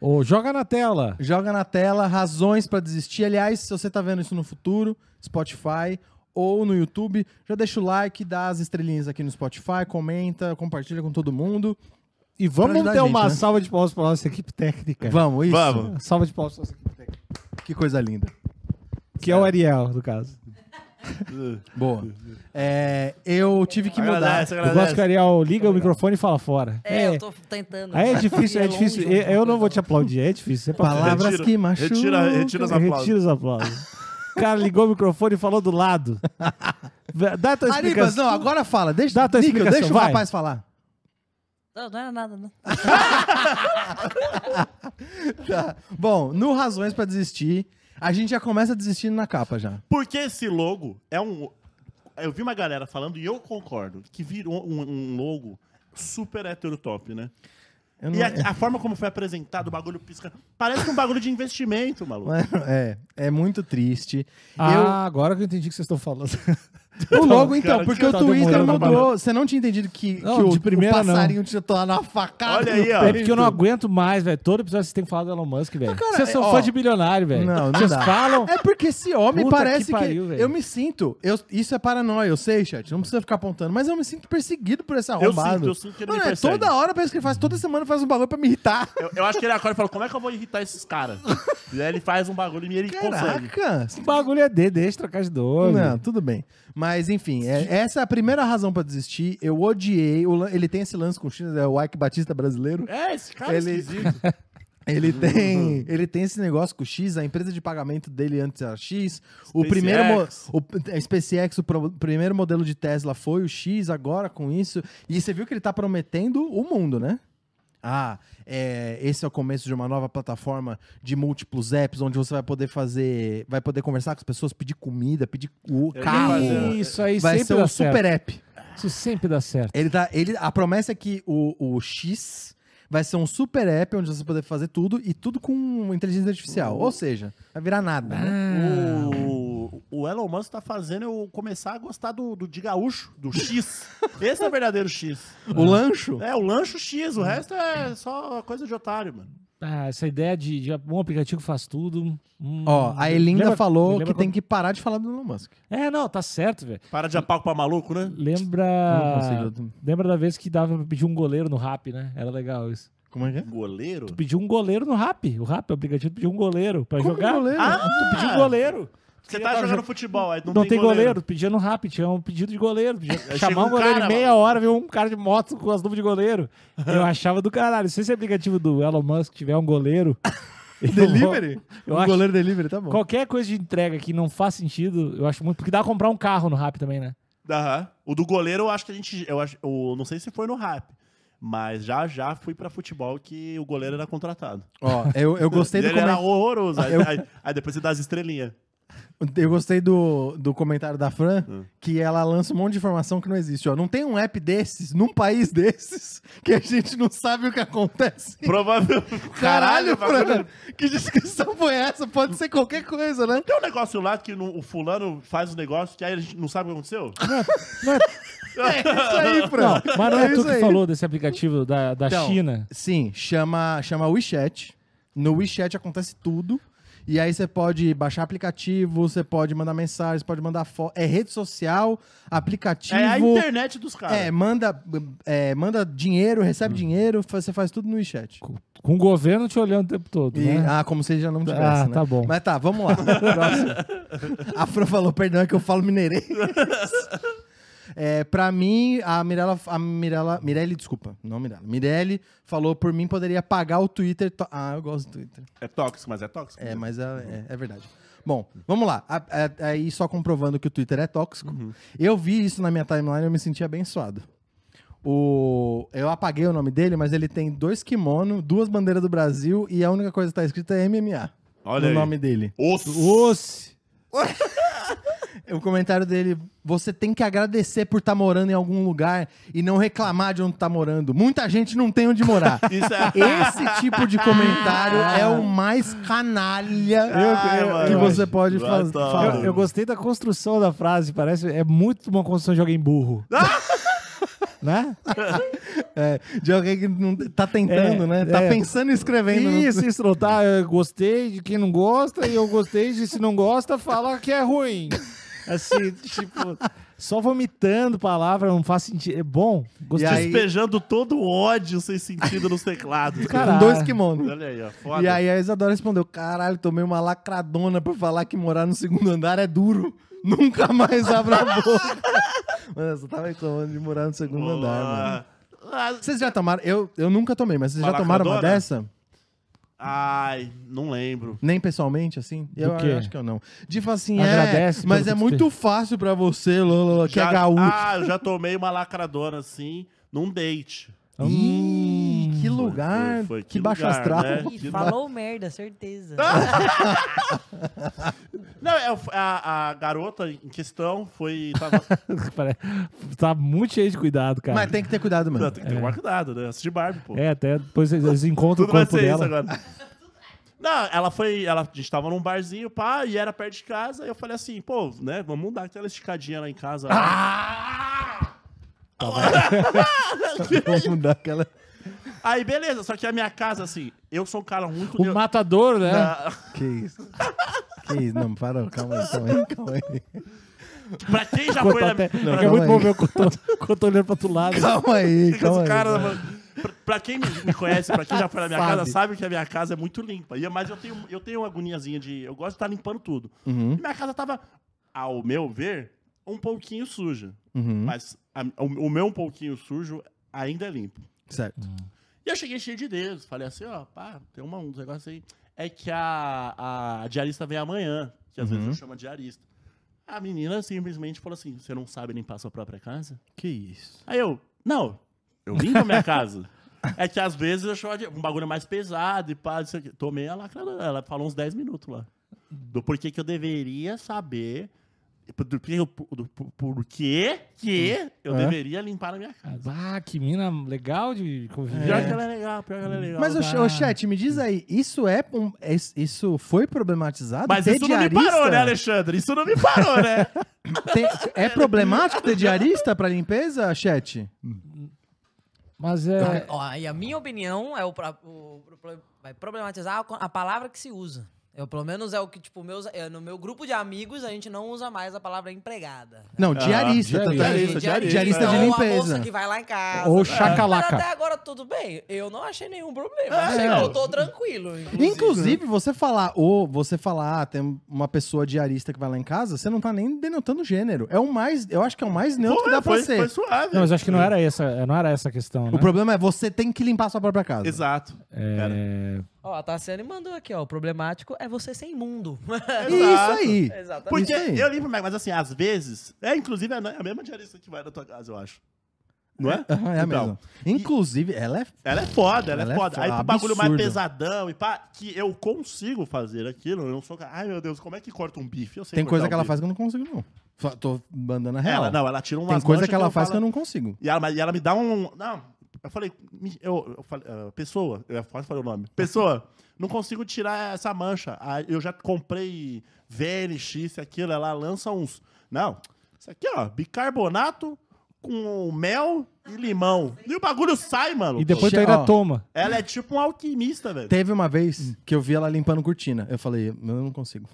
Ô, joga na tela. Joga na tela razões pra desistir. Aliás, se você tá vendo isso no futuro, Spotify ou no YouTube, já deixa o like, dá as estrelinhas aqui no Spotify, comenta, compartilha com todo mundo. E vamos ajudar a ter gente, uma né? salva de palmas para nossa equipe técnica. Vamos, isso. Vamos. Salva de palmas pra nossa equipe técnica. Que coisa linda. Que é o Ariel, no caso. Boa. É, eu tive que mudar. Agradece, Eu gosto que o agradece. Ariel liga o microfone e fala fora. É, eu tô tentando. Aí é difícil, Ir é longe, difícil. alguma Eu eu não coisa. vou te aplaudir, é difícil. É Palavra- Palavras Retira- que machucam. Retira, retira os aplausos. Retira os aplausos. O cara ligou o microfone e falou do lado. Dá a tua Aribas, explicação. não, agora fala. Deixa, Dá a tua Níquel, explicação, deixa o vai. rapaz falar. Não, não era nada, não. Tá. Bom, no Razões pra Desistir, a gente já começa desistindo na capa já. Porque esse logo é um. Eu vi uma galera falando, e eu concordo, que virou um, um logo super heterotop, né? Eu não- E a, a forma como foi apresentado, o bagulho pisca. Parece um bagulho de investimento, maluco. É, é muito triste. Ah, Eu- agora que eu entendi o que vocês estão falando. O logo, cara, então, porque que o tá Twitter demorando pra mudou. Você não tinha entendido que, Não, que o, de primeira, o passarinho tinha tomado uma facada. Olha no aí, ó. É peito? porque eu não aguento mais, velho. Todo episódio vocês têm que falar do Elon Musk, velho. Vocês são ó, fã de bilionário, velho. Não, não Vocês dá. falam. É porque esse homem Puta parece que que. pariu, velho. eu me sinto. Eu, isso é paranoia, eu sei, chat. Não precisa ficar apontando. Mas eu me sinto perseguido por esse arrombado. sinto, eu sinto que ele Mano, me é persegue. toda hora parece que ele faz. Toda semana faz um bagulho pra me irritar. Eu, eu acho que ele acorda e fala: como é que eu vou irritar esses caras? e aí ele faz um bagulho e ele consegue. Caraca! O bagulho é dele, deixa eu trocar de dono. Não, tudo bem. Mas, enfim, é- essa é a primeira razão pra desistir. Eu odiei. o lan- ele tem esse lance com o China, é o Ike Batista brasileiro. É, esse cara é Ele- esquisito. Ele Uhum. tem, ele tem esse negócio com o X, a empresa de pagamento dele antes era X. O SpaceX. primeiro mo- o a SpaceX, o pro- primeiro modelo de Tesla foi o X, agora com isso. E você viu que ele tá prometendo o mundo, né? Ah, é, esse é o começo de uma nova plataforma de múltiplos apps, onde você vai poder fazer, vai poder conversar com as pessoas, pedir comida, pedir o ia carro. fazer- um- Isso aí Vai sempre ser dá um certo. super app. Isso sempre dá certo. Ele tá, ele, a promessa é que o, o X vai ser um super app onde você vai poder fazer tudo e tudo com inteligência artificial. Ou seja, vai virar nada, Ah. né? O, o Elon Musk tá fazendo eu começar a gostar do, do de gaúcho, do X. Esse é o verdadeiro X. O lancho. É, o lancho X, o resto é só coisa de otário, mano. Ah, essa ideia de, de um aplicativo que faz tudo. hum. Ó, a Elinda Lembra- falou lembra que tem que parar de falar do Elon Musk. É, não, tá certo, velho. Para de apalco pra maluco, né? Não Lembra. consigo. Lembra da vez que dava pra pedir um goleiro no Rap, né? Era legal isso. Como é que é? Goleiro? Tu pediu um goleiro no Rap. O Rap, o aplicativo, pediu um goleiro pra jogar. goleiro? Ah, tu pediu um goleiro. Você Queria tá tá jogando jo- um futebol, aí não, Não, tem goleiro. pedia no rap, tinha um pedido de goleiro. Podia Aí chega chamar um um goleiro cara, em meia mano. hora, ver um cara de moto com as luvas de goleiro. Eu achava do caralho. Se esse aplicativo do Elon Musk tiver um goleiro. eu vou- Delivery? Eu o acho- goleiro delivery, tá bom. Qualquer coisa de entrega que não faz sentido, eu acho muito. Porque dá pra comprar um carro no rap também, né? Aham. O do goleiro eu acho que a gente. Eu, acho, eu não sei se foi no rap. Mas já já fui pra futebol que o goleiro era contratado. Ó, eu, eu gostei do ele era comentário. horroroso. Aí, aí- aí depois você dá as estrelinhas. Eu gostei do, do comentário da Fran, que ela lança um monte de informação que não existe. Ó, não tem um app desses, num país desses, que a gente não sabe o que acontece. Provável. Caralho, bagulho- Fran, que descrição foi essa? Pode ser qualquer coisa, né? Tem um negócio lá que no- o fulano faz um negócio que aí a gente não sabe o que aconteceu? É isso aí, Fran. Não, mas não é, tu isso que aí. falou desse aplicativo da, da Então, China. Sim, chama, chama WeChat. No WeChat acontece tudo. E aí você pode baixar aplicativo, você pode mandar mensagem, você pode mandar foto. É rede social, aplicativo. É a internet dos É, caras. manda, é, manda dinheiro, recebe dinheiro, fa- você faz tudo no WeChat. Com o governo te olhando o tempo todo. E- né? Ah, como se já não tivesse, Ah, né? tá bom. Mas tá, vamos lá. Próximo. a Fran falou, perdão, é que eu falo mineirês. É, pra mim, a Mirella, a Mirella, Mirelle, desculpa, não Mirella, Mirelle falou por mim poderia pagar o Twitter. to- Ah, eu gosto do Twitter. É tóxico, mas é tóxico. É, né? mas é, é- é verdade. Bom, vamos lá. A- a- Aí só comprovando que o Twitter é tóxico. Uhum. Eu vi isso na minha timeline e eu me senti abençoado. O... Eu apaguei o nome dele, mas ele tem dois kimono, duas bandeiras do Brasil e a única coisa que tá escrita é MMA. Olha no aí. nome dele. Osso. Oxe. O comentário dele: você tem que agradecer por estar morando em algum lugar e não reclamar de onde tá morando. Muita gente não tem onde morar. Isso é. Esse tipo de comentário é o mais canalha Ai, mano. que você pode Vai faz- tomar falar. Eu, eu gostei da construção da frase, parece. É muito uma construção de alguém burro. Né? é, De alguém que não tá tentando, É, né? Tá é. pensando e escrevendo. né? no- Isso, isso não tá. Eu gostei de quem não gosta e eu gostei de se não gosta, fala que é ruim. Assim, tipo, só vomitando palavra, não faz sentido. É bom. Gostei. E aí- Despejando todo o ódio sem sentido nos teclados. Cara, Com Caralho. dois kimonos. Olha aí, ó. Foda. E aí a Isadora respondeu: Caralho, tomei uma lacradona por falar que morar no segundo andar é duro. Nunca mais abra a boca. mano, você tava reclamando de morar no segundo Boa. andar, mano. Vocês já tomaram? Eu, eu nunca tomei, mas vocês Uma já tomaram uma lacradona? dessa? Ai, não lembro. Nem pessoalmente, assim? Eu, quê? eu acho que eu não. De falar assim, Agradece é, mas pelo é que muito fácil pra você, Lolo, que é gaúcho. Ah, eu já tomei uma lacradona assim, num date. Hum. Ih, que Foi, lugar, foi, foi, que, baixo astral. né? Ih, Que falou merda, certeza. Ah! Não, é, a, a garota em questão foi. Tava, Pare- Tá muito cheio de cuidado, cara. Mas tem que ter cuidado, mano. Não, tem que ter um cuidado, né? Assistir Barbie, pô. É, até depois eles- eles encontram Tudo o vai corpo ser isso dela. agora. Não, ela foi. Ela, a gente tava num barzinho, pá, e era perto de casa. E eu falei assim, pô, né? Vamos dar aquela esticadinha lá em casa. né? Ah! Vamos mudar aquela... Aí, beleza, só que a minha casa, assim, eu sou um cara muito. O matador, né? Que isso? Que isso? Não, para, calma aí, calma aí, calma aí. pra quem já foi Cotou na. até- pra- Não, é muito calma bom aí. ver o cotô, cotô olhando pra outro lado. Calma aí, Esse calma aí. né? cara- pra- Pra quem me me conhece, pra quem já foi na minha Sabe. casa, sabe que a minha casa é muito limpa. E, mas eu tenho, eu tenho uma agoniazinha de. Eu gosto de estar limpando tudo. Uhum. E minha casa tava, ao meu ver, um pouquinho suja. Uhum. Mas a- o, o meu um pouquinho sujo ainda é limpo. Certo. Hum. E eu cheguei cheio de dedos. Falei assim, ó, pá, tem uma, um negócio aí. É que a, a diarista vem amanhã, que às Uhum. vezes eu chamo a diarista. A menina simplesmente falou assim: você não sabe limpar sua própria casa? Que isso? Aí eu, não, eu limpo a minha casa. É que às vezes eu chamo de um bagulho mais pesado e pá, isso aqui. Tomei a lacradora. Ela falou uns 10 minutos lá. Do porquê que eu deveria saber. Do, que eu- do, por- por que que eu É. deveria limpar a minha casa. Ah, que mina legal de conviver. Pior que ela é legal, pior que ela é legal. Mas, Calma. ô, ô, chat, me diz aí, isso é... um- es- isso foi problematizado? Mas Ter isso não me diarista? parou, né, Alexandre? Isso não me parou, né? Tem- é problemático ter diarista pra limpeza, chat? Mas é. Ó, e a minha opinião é o, pra- o- o pro- vai problematizar a- a palavra que se usa. Eu, pelo menos é o que, tipo, meus, é, no meu grupo de amigos, a gente não usa mais a palavra empregada. Não, diarista. tanto é. Ah, diarista, diarista de Então, limpeza. A moça que vai lá em casa. Ou Tá. chacalaca. Mas até agora tudo bem. Eu não achei nenhum problema. É, achei não. que eu tô tranquilo. Inclusive. Inclusive, você falar, ou você falar, ah, tem uma pessoa diarista que vai lá em casa, você não tá nem denotando gênero. É o mais, eu acho que é o mais neutro que Foi, dá pra foi, ser. foi suave. Não, mas acho que não era essa, não era essa a questão, né? O problema é você tem que limpar sua própria casa. Exato. Cara. É, Ó, a Tassiane mandou aqui, ó. O problemático é você ser imundo. E Isso aí. Exatamente. Porque Tá Isso aí. eu limpo, mas mas assim, às vezes. É, inclusive, é a mesma diarista que vai na tua casa, eu acho. Não é? Aham, É mesmo. Inclusive, ela é. Ela é foda, ela, Ela é é foda. fo- Aí pro bagulho mais absurda. pesadão e pá, que eu consigo fazer aquilo, eu não sou. ca- Ai meu Deus, como é que corta um bife? Eu sei Tem cortar coisa um que ela bife. faz que eu não consigo, não. Fa- Tô mandando a real. Ela, não, ela tira umas tem coisa manchas que ela faz que eu falo- não consigo. E ela, mas- e ela me dá um. Não, eu falei. me- Eu, eu falei ah, pessoa, eu quase falei o nome. Pessoa, não consigo tirar essa mancha. Ah, eu já comprei VNX, isso e aquilo. Ela lança uns. Não, isso aqui, ó, bicarbonato com mel e limão. E o bagulho sai, mano. E depois tu Che- ainda ó. toma. Ela é tipo um alquimista, velho. Teve uma vez Hum. que eu vi ela limpando cortina. Eu falei, eu não consigo.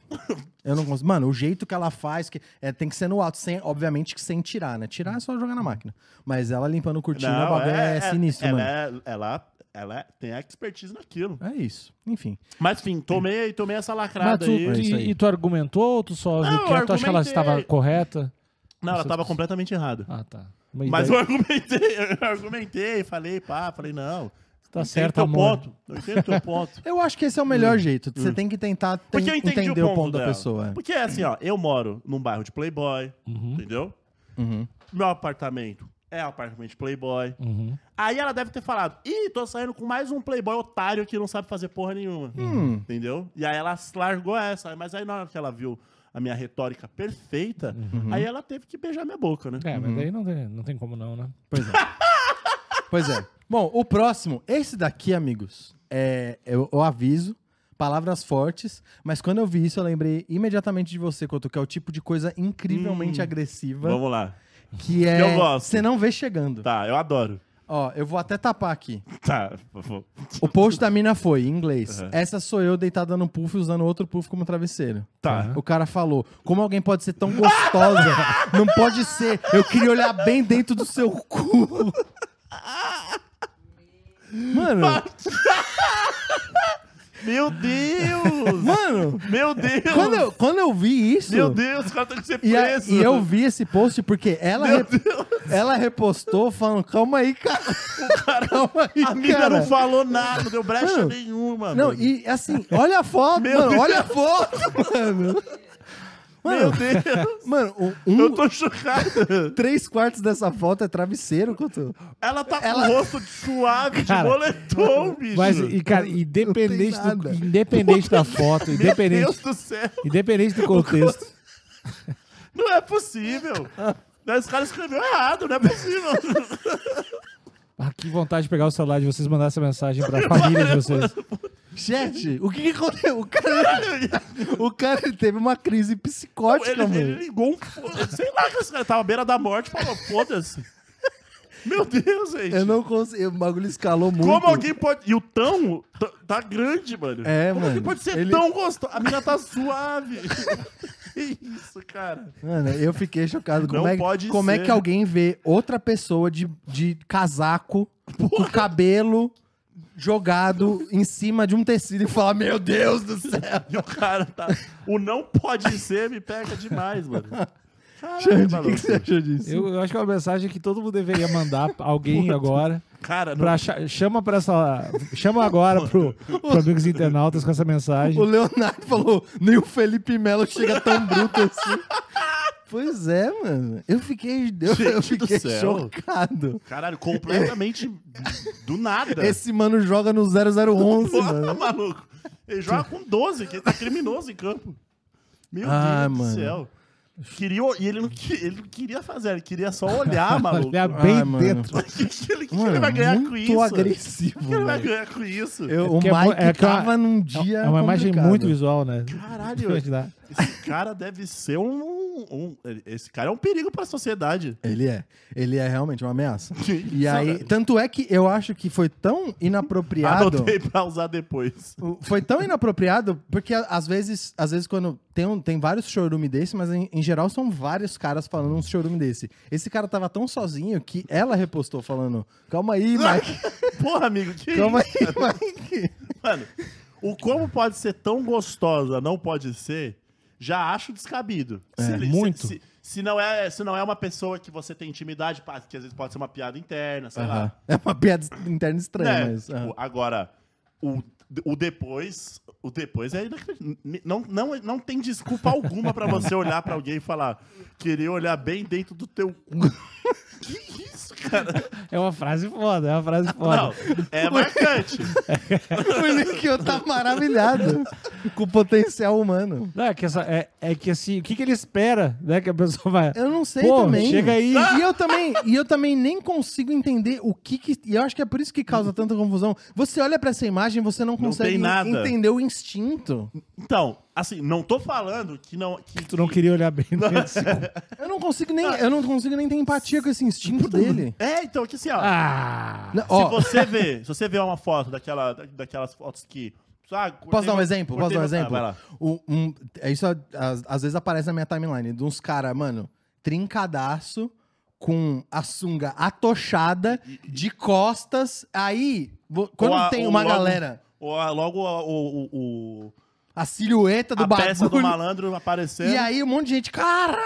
Eu não consigo. Mano, o jeito que ela faz, que é, tem que ser no alto, sem, obviamente que sem tirar, né? Tirar é só jogar na máquina. Mas ela limpando cortina, o bagulho é, sinistro, ela, mano. é- ela, ela tem expertise naquilo. É isso. Enfim. Mas, enfim, tomei, tomei essa Mas lacrada tu, aí. É isso aí. e, e tu argumentou ou tu só Não, viu eu quieto? Tu acha que ela argumentei. estava correta? Não, ela tava completamente errada. Ah, tá. Mas daí- eu argumentei, eu argumentei, falei, pá, falei, não. Tá eu entendo certo, teu amor. ponto. Eu entendo teu ponto. Eu acho que esse é o melhor jeito. Você tem que tentar ten- Hum, Porque eu entendi entender o o ponto, da dela. pessoa. é. Porque assim, ó, eu moro num bairro de Playboy, entendeu? Meu apartamento é um apartamento de Playboy. Uhum. Aí ela deve ter falado, ih, tô saindo com mais um Playboy otário que não sabe fazer porra nenhuma. Entendeu? E aí ela largou essa. Mas aí na hora que ela viu a minha retórica perfeita, aí ela teve que beijar minha boca, né? É, mas daí não tem, não tem como não, né? Pois é. pois é. Bom, o próximo, esse daqui, amigos, é, eu, eu aviso, palavras fortes, mas quando eu Hum, vi isso, eu lembrei imediatamente de você, Couto, que é o tipo de coisa incrivelmente agressiva Vamos lá. Que é. Eu gosto. Você não vê chegando. Tá, eu adoro. Ó, eu vou até tapar aqui. Tá, por favor. O post da mina foi, em inglês. Uhum. Essa sou eu deitada num puff usando outro puff como travesseiro. Tá. O cara falou: Como alguém pode ser tão gostosa? Não pode ser. Eu queria olhar bem dentro do seu cu. Mano, Meu Deus! mano. Meu Deus! Quando eu, quando eu vi isso. Meu Deus, o cara tem que ser E, a- preso. e eu vi esse post porque ela, Meu rep- ela repostou falando, calma aí, cara. calma aí, A mina cara. não falou nada, não deu brecha Mano, nenhuma. Não, mano. e assim, olha a foto, Tá Meu mano. Deus. Olha a foto, mano. Meu Deus! Mano, o- um, Eu tô chocado. três quartos dessa foto é travesseiro, Couto. Ela tá Ela- com o rosto de suave, Cara, de moletom, bicho. Mas, e, cara, independente, do, independente da foto, Meu Deus independente, do céu, independente do contexto. não é possível. Mas o cara escreveu errado, não é possível. Ah, que vontade de pegar o celular de vocês e mandar essa mensagem pra família de vocês. Gente, o que que aconteceu? O cara, o cara ele teve uma crise psicótica, ele, ele mano. ligou um. Sei lá que esse cara tava à beira da morte, falou, foda-se. Meu Deus, gente. Eu não consegui, o bagulho escalou muito. Como alguém pode. E o tão tá- tá grande, mano. É, Como mano. alguém pode ser Ele- tão gostoso? A mina tá suave. que isso, cara. Mano, eu fiquei chocado. Como, Não é, pode como é ser. que alguém vê outra pessoa de, de casaco, com cabelo jogado em cima de um tecido e fala: Meu Deus do céu! E o cara tá. O não pode ser me pega demais, mano. Caralho, Xande, o que, maluco. que você achou disso? Eu, eu acho que é uma mensagem que todo mundo deveria mandar pra alguém agora. Cara, não. Pra, cha- chama pra essa. Chama agora pro, pro Amigos Internautas com essa mensagem. O Leonardo falou: Nem o Felipe Melo chega tão bruto assim. Pois é, mano. Eu fiquei, eu, eu Gente do fiquei céu. chocado. Caralho, completamente do nada. Esse mano joga no 0011, Tá. Porra, mano. maluco. Ele joga com 12, que ele tá criminoso em campo. Meu Ah, Deus mano. do céu. Queria, o- e ele não, que- ele não queria fazer, ele queria só olhar, maluco. Olhar bem Ai, mano. dentro. O que, que ele, que Mano, ele vai ganhar muito com isso? agressivo. O que ele vai velho. ganhar com isso? é Eu- o porque é bo- Mike é que é uma- tava num dia. É uma imagem complicado. muito visual, né? Caralho, esse cara deve ser um, um- Esse cara é um perigo pra sociedade. Ele é. Ele é realmente uma ameaça. Que E isso, aí, velho. tanto é que eu acho que foi tão inapropriado. Anotei Ah, pra usar depois. O- Foi tão inapropriado, porque a- às vezes, às vezes quando tem, um- tem vários chorume desse, mas em, em geral são vários caras falando um chorume desse. Esse cara tava tão sozinho que ela repostou falando: "Calma aí, Mike. Porra, amigo, que Calma isso? aí, Mike". Mano, o como pode ser tão gostosa, não pode ser, já acho descabido. É, se, ele- muito. Se, se não é, se não é uma pessoa que você tem intimidade, pá, que às vezes pode ser uma piada interna, sei Aham. lá. É uma piada interna estranha, Né? mas aham. O- Agora, o, o depois. O depois é inacreditável. Não, não, não tem desculpa alguma pra você olhar pra alguém e falar, queria olhar bem dentro do teu. cu." que isso, cara? É uma frase foda, é uma frase foda. Não, é marcante. o Nikio tá maravilhado com o potencial humano. Não, é que essa- é, é que assim, o que, que ele espera, né? Que a pessoa vai. Eu não sei Pô, também. chega aí. E eu também, e eu também nem consigo entender o que que- e eu acho que é por isso que causa tanta confusão. Você olha pra essa imagem, você não consegue tem nada. entender o instinto. Então, assim, não tô falando que não. Que, Tu não queria olhar bem dentro. Eu não consigo nem, eu não consigo nem ter empatia com esse instinto dele. É, então, que assim, ó. Ah! Não, Se ó, você vê, se você vê uma foto daquela, da- daquelas fotos que. sabe, cortei posso dar um meu- exemplo? Posso cortei dar um meu- exemplo? Ah, vai lá. O- um- é isso às, às vezes aparece na minha timeline de uns caras, mano, trincadaço com a sunga atochada de costas. Aí, vo- quando Ou a- tem ou uma logo- galera, Ou a- logo a- o, o, o- a silhueta do a bagulho peça do malandro aparecendo. E aí um monte de gente, caralho!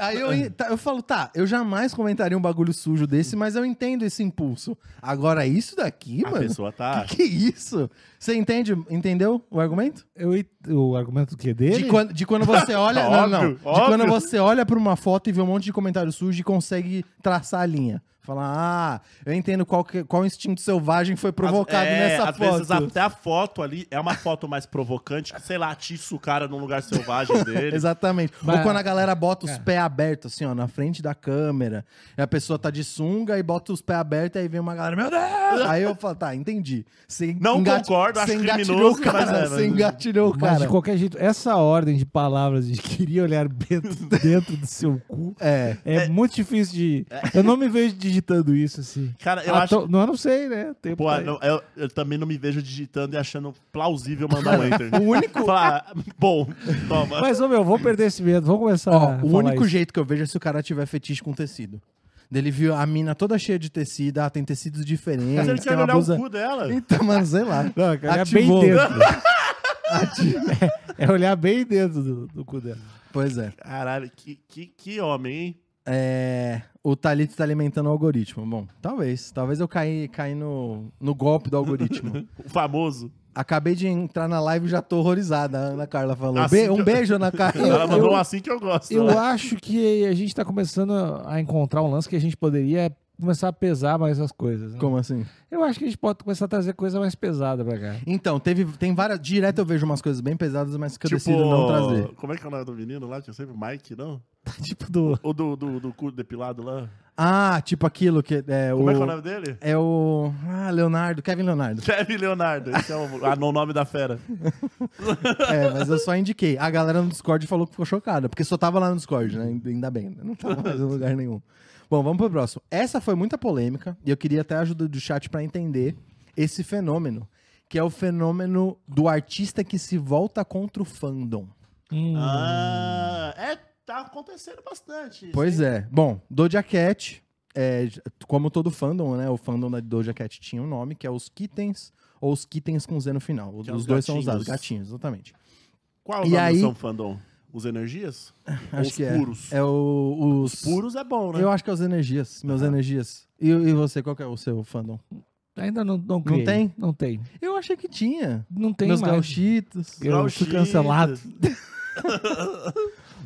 Aí É. eu, tá, eu falo, tá, eu jamais comentaria um bagulho sujo desse, mas eu entendo esse impulso. Agora, isso daqui, a mano. pessoa tá. Que, que isso? Você entende, entendeu o argumento? Eu, ent- o argumento do que dele? De quando, de quando você olha. não, não. Óbvio, De quando óbvio. você olha pra uma foto e vê um monte de comentário sujo e consegue traçar a linha. Falar, ah, eu entendo qual, que- qual instinto selvagem foi provocado Às- é, nessa às foto. vezes até a foto ali é uma foto mais provocante, que, sei lá, atiça o cara num lugar selvagem dele. Exatamente. Mas- Ou quando a galera bota os É. pés abertos, assim, ó, na frente da câmera. E a pessoa tá de sunga e bota os pés abertos, aí vem uma galera, meu Deus! Aí eu falo, tá, entendi. Você Não engat- concordo, você acho engatilhou criminoso, o cara, mas é, Você mas- engatilhou o Mas cara. de qualquer jeito, essa ordem de palavras de queria olhar dentro, dentro do seu cu É. é, muito difícil de. Eu não me vejo digitando isso assim. Cara, eu Ah, acho. tô- Não, eu não sei, né? Tempo Pô, tá aí. não, eu, eu também não me vejo digitando e achando plausível mandar um enter. O único- Falar, ah, bom, toma. Mas, ô meu, vamos perder esse medo. Vamos começar. Ó, a o falar único isso. jeito que eu vejo é se o cara tiver fetiche com tecido. Ele viu a mina toda cheia de tecido, ah, tem tecidos Mas ele diferentes, tem quer uma olhar blusa... o cu dela. Então, mas sei lá. Não, é olhar Ativou. bem dentro. Ati- é, é olhar bem dentro do, do cu dela. Pois é. Caralho, que, que, que homem, hein? É, o Thalito tá alimentando o algoritmo. Bom, talvez. Talvez eu caí, caí no, no golpe do algoritmo. O famoso. Acabei de entrar na live e já tô horrorizada. A Ana Carla falou. Assim "Be- que um eu- beijo, Ana Carla. Ela mandou eu- um assim que eu gosto. Eu né? acho que a gente tá começando a encontrar um lance que a gente poderia começar a pesar mais as coisas. né? Como assim? Eu acho que a gente pode começar a trazer coisa mais pesada pra cá. Então, teve, tem várias. Direto eu vejo umas coisas bem pesadas, mas que eu tipo, decido não trazer. como é que é o nome do menino lá? Que eu sempre, Mike, não? tipo do. Ou do, do, do cu depilado lá? Ah, tipo aquilo que. É, Como o, é que é o nome dele? é o. Ah, Leonardo, Kevin Leonardo. Kevin Leonardo. Esse é o, ah, não, o nome da fera. É, mas eu só indiquei. A galera no Discord falou que ficou chocada, porque só tava lá no Discord, né? Ainda bem, né? não tava mais em lugar nenhum. Bom, vamos pro próximo. Essa foi muita polêmica e eu queria até a ajuda do chat pra entender esse fenômeno, que é o fenômeno do artista que se volta contra o fandom. Hum. Ah, é, tá acontecendo bastante. isso, Pois hein? é. Bom, Doja Cat, é, j- como todo fandom, né? O fandom da Doja Cat tinha um nome, que é os Kittens ou os Kittens com Z no final. Que é os os dois são usados, gatinhos. gatinhos, exatamente. é. Qual é E o nome aí- do São Fandom? Os Energias? Ou Acho os que é. puros? É o, os... Puros é bom, né? Eu acho que é os energias, meus Ah. energias. E, e você, qual que é o seu fandom? Ainda não, não criei. tem? Não tem. Eu achei que tinha. Não tem meus mais. Eu gauchitos. fui Gauchistas. cancelado.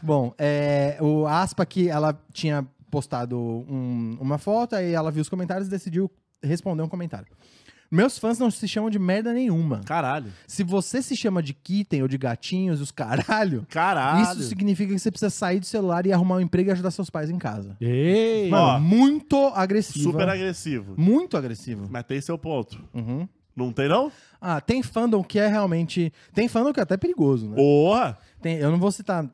Bom, é, o Aspa que ela tinha postado um- uma foto, aí ela viu os comentários e decidiu responder um comentário. Meus fãs não se chamam de merda nenhuma. Caralho. Se você se chama de kitten ou de gatinhos e os caralho, Caralho. isso significa que você precisa sair do celular e arrumar um emprego e ajudar seus pais em casa. Ei! Mano, Ó. muito agressivo. Super agressivo. Muito agressivo. Mas tem seu ponto. Uhum. Não tem, não? Ah, tem fandom que é realmente. Tem fandom que é até perigoso, né? Porra! Tem- eu não vou citar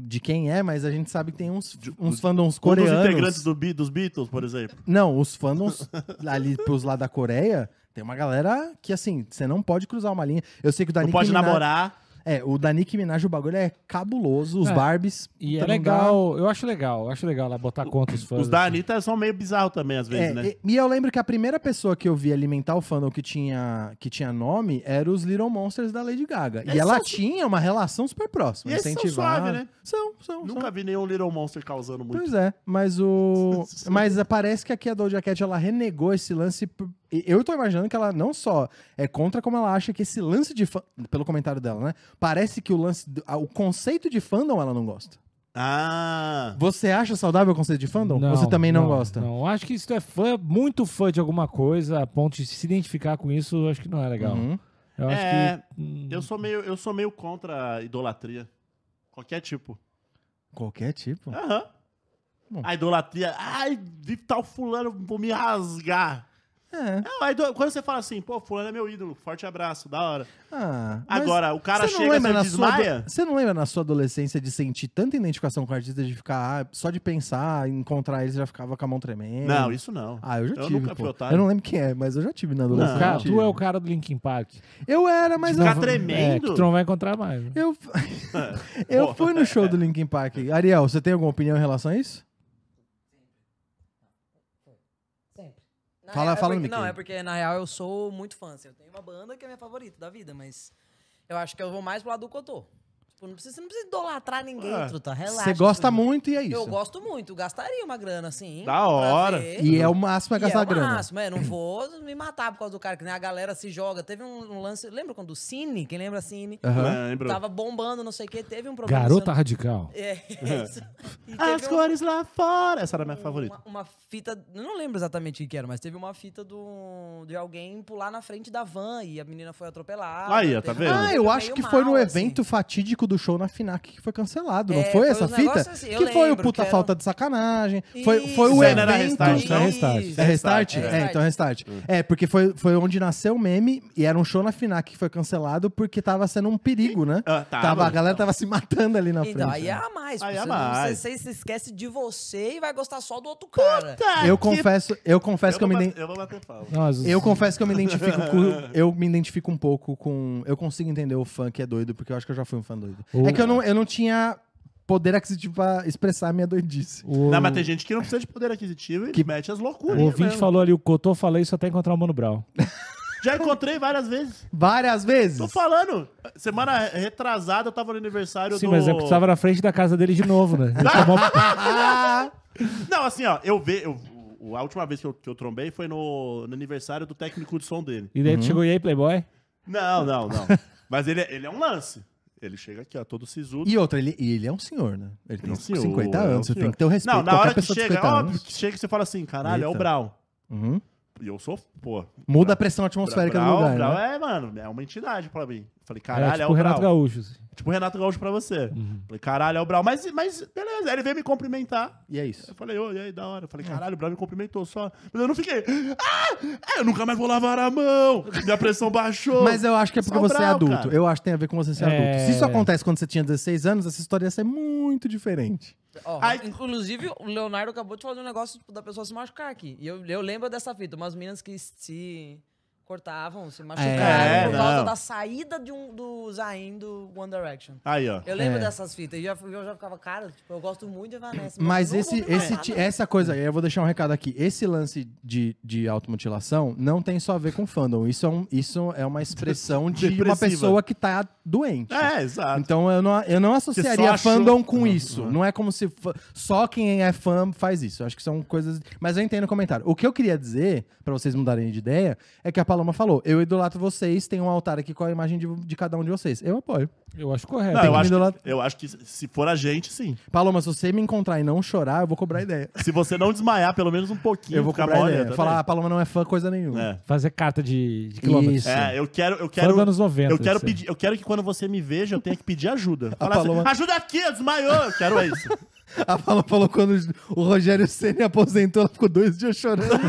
de quem é, mas a gente sabe que tem uns, uns os- fandoms Um dos coreanos. integrantes do Be- dos Beatles, por exemplo. Não, os fandoms ali pros lados da Coreia, tem uma galera que, assim, você não pode cruzar uma linha. Eu sei que o da Não Nicki pode Minaj- namorar. É, o da Nicki Minaj, o bagulho é cabuloso, os É. Barbies. E é puta, não dá- legal, eu acho legal, eu acho legal lá botar contra os fãs. Os da assim. Anitta são meio bizarros também, às vezes, É, né? e, e eu lembro que a primeira pessoa que eu vi alimentar o fandom que tinha, que tinha nome era os Little Monsters da Lady Gaga. Eles e ela são- tinha uma relação super próxima. E eles são incentivada. suave, né? São, são, são. Nunca vi nenhum Little Monster causando muito. Pois é, mas o. mas parece que aqui a Doja Cat ela renegou esse lance. por- e Eu tô imaginando que ela não só é contra, como ela acha que esse lance de fã. Pelo comentário dela, né? Parece que o lance. do- ah, O conceito de fandom ela não gosta. Ah! Você acha saudável o conceito de fandom? Você também não, gosta? Não, acho que se tu é fã, muito fã de alguma coisa, a ponto de se identificar com isso, eu acho que não é legal. Uhum. Eu acho É, que. hum, eu sou, meio, eu sou meio contra a idolatria. Qualquer tipo. Qualquer tipo. Aham. Bom. A idolatria. Ai, vi tal fulano, vou me rasgar. É. Não, a ido- quando você fala assim, pô, fulano é meu ídolo, forte abraço, da hora. Ah, mas Agora, o cara você não chega lembra e na você sua ado- desmaia? Você não lembra na sua adolescência de sentir tanta identificação com o artista, de ficar, ah, só de pensar, encontrar ele, você já ficava com a mão tremendo? Não, isso não. Ah, eu já Eu tive. nunca pô. fui otário. Eu não lembro quem é, mas eu já tive na o adolescência. cara- eu tive. tu é o cara do Linkin Park. Eu era, mas eu. Ficar É, que tremendo. tu não vai encontrar mais. né? Eu, eu fui no show do Linkin Park. Ariel, você tem alguma opinião em relação a isso? Sempre. Na Fala- real, é fala no porque, micro Não, aí. é porque, na real, eu sou muito fã. assim, eu tenho uma banda que é minha favorita da vida, mas eu acho que eu vou mais pro lado do Cotô. Tipo, não precisa, você não precisa idolatrar ninguém, Ah, truta. Relaxa. Você gosta truta. muito e é isso. Eu gosto muito, gastaria uma grana, sim. Da pra hora. ver. E é o máximo é E gastar é o grana. máximo, é, não vou me matar por causa do cara, que nem a galera se joga. Teve um um lance, lembra quando o Cine, quem lembra Cine? Aham. Lembro. Tava bombando, não sei o quê, teve um problema. Garota radical. É, isso. Ah, E As teve um- cores lá fora. Essa era a minha favorita. uma, uma fita, eu não lembro exatamente o que era, mas teve uma fita do, de alguém pular na frente da van e a menina foi atropelada. Aí, ó, Teve tá um- vendo? Ah, eu Meio acho que foi no mal, assim. evento fatídico do show na FINAC que foi cancelado, não É, foi foi essa uns fita? negócios assim, eu que foi o lembro, puta que era- falta de sacanagem. Foi, foi Isso. né? o Isso aí não era evento. restart, não? É restart. Isso. É restart? É É, restart. então é restart. Hum. É, porque foi, foi onde nasceu o meme e era um show na FINAC que foi cancelado porque tava sendo um perigo, né? Ah, tava. a galera tava se matando ali na frente. Então, aí é né? a mais. Aí pô, é você, mais. Você, você se esquece de você e vai gostar só do outro cara. Eu confesso, eu confesso que eu vou me, bater- iden- Tá, eu vou bater palma. Nós- eu confesso que eu me identifico com, eu me identifico um pouco com, eu consigo entender o fã que é doido porque eu acho que eu já fui um fã doido. O- É que eu não, eu não tinha poder aquisitivo pra expressar a minha doidice. o, Não, mas tem gente que não precisa de poder aquisitivo e que mete as loucuras. o ouvinte mesmo. falou ali, o Cotô falei isso até encontrar o Mano Brown. Já encontrei várias vezes. Várias vezes. Tô falando. Semana retrasada eu tava no aniversário Sim, do. mas é porque tava na frente da casa dele de novo, né? Ele tomou- Não, assim, ó, eu vi. Eu, o- a última vez que eu, que eu trombei foi no, no aniversário do técnico de som dele. e Uhum. daí tu chegou e aí, Playboy? Não, não, não. mas ele, é- ele é um lance. Ele chega aqui, ó, todo sisudo. E outra, ele, e ele é um senhor, né? Ele tem É um senhor, 50 é um anos, você senhor. tem que ter o respeito Não, de na qualquer hora que pessoa de chega, é 50 óbvio anos. que chega e você fala assim, caralho, é o Eita. Brown. Uhum. E eu sou, pô. Muda a pressão atmosférica do Brown, lugar, Brown né? tá. é, mano, é uma entidade pra mim. Falei, Era caralho, é, tipo o Renato Brown. Gaúcho. assim. Tipo o Renato Gaúcho pra você. Uhum. Falei, caralho, é o Brau. Mas, mas beleza, aí ele veio me cumprimentar. E é Eu isso. falei, ô, e aí, da hora. Eu falei, caralho, o Brau me cumprimentou só. Mas eu não fiquei. Ah! Eu nunca mais vou lavar a mão! Minha pressão baixou. Mas eu acho que é porque Só o você é Brown, adulto. cara. Eu acho que tem a ver com você ser É. adulto. Se isso acontece quando você tinha 16 anos, essa história ia ser muito diferente. Ó, Ai. Inclusive, o Leonardo acabou de fazer um negócio tipo, da pessoa se machucar aqui. E eu, eu lembro dessa fita, umas meninas que se cortavam, se machucaram É, por causa não. da saída de um, do Zayn do One Direction. Aí, ó. Eu lembro É. dessas fitas. E já- eu já ficava, cara, tipo, eu gosto muito de Vanessa. Mas eu não esse, vou me esse, matar, ti- é- não. essa coisa aí, eu vou deixar um recado aqui. Esse lance de, de automutilação não tem só a ver com fandom. Isso é, um- isso é uma expressão de uma Depressiva. pessoa que tá doente. É, exato. Então eu não, eu não associaria achou- fandom com Uhum, isso. uhum. Não é como se fa- só quem é fã faz isso. Eu acho que são coisas. Mas eu entendo o comentário. O que eu queria dizer, pra vocês mudarem de ideia, é que a Paloma falou: eu idolatro vocês, tem um altar aqui com a imagem de, de cada um de vocês. Eu apoio. Eu acho correto. né? Não, tem eu, que acho me que, eu acho que se for a gente, sim. Paloma, se você me encontrar e não chorar, eu vou cobrar ideia. Se você não desmaiar pelo menos um pouquinho, eu vou ficar cobrar mole, ideia. também. Falar, a Paloma não é fã, coisa nenhuma. É. Fazer carta de, de quilômetros. Isso. É, eu quero, eu Fã quero, dos anos 90, eu quero isso. pedir, eu quero que quando você me veja, eu tenha que pedir ajuda. Falar assim, Paloma- ajuda aqui, desmaiou. Eu quero isso. A Paloma falou quando o Rogério Senna aposentou, ela ficou dois dias chorando.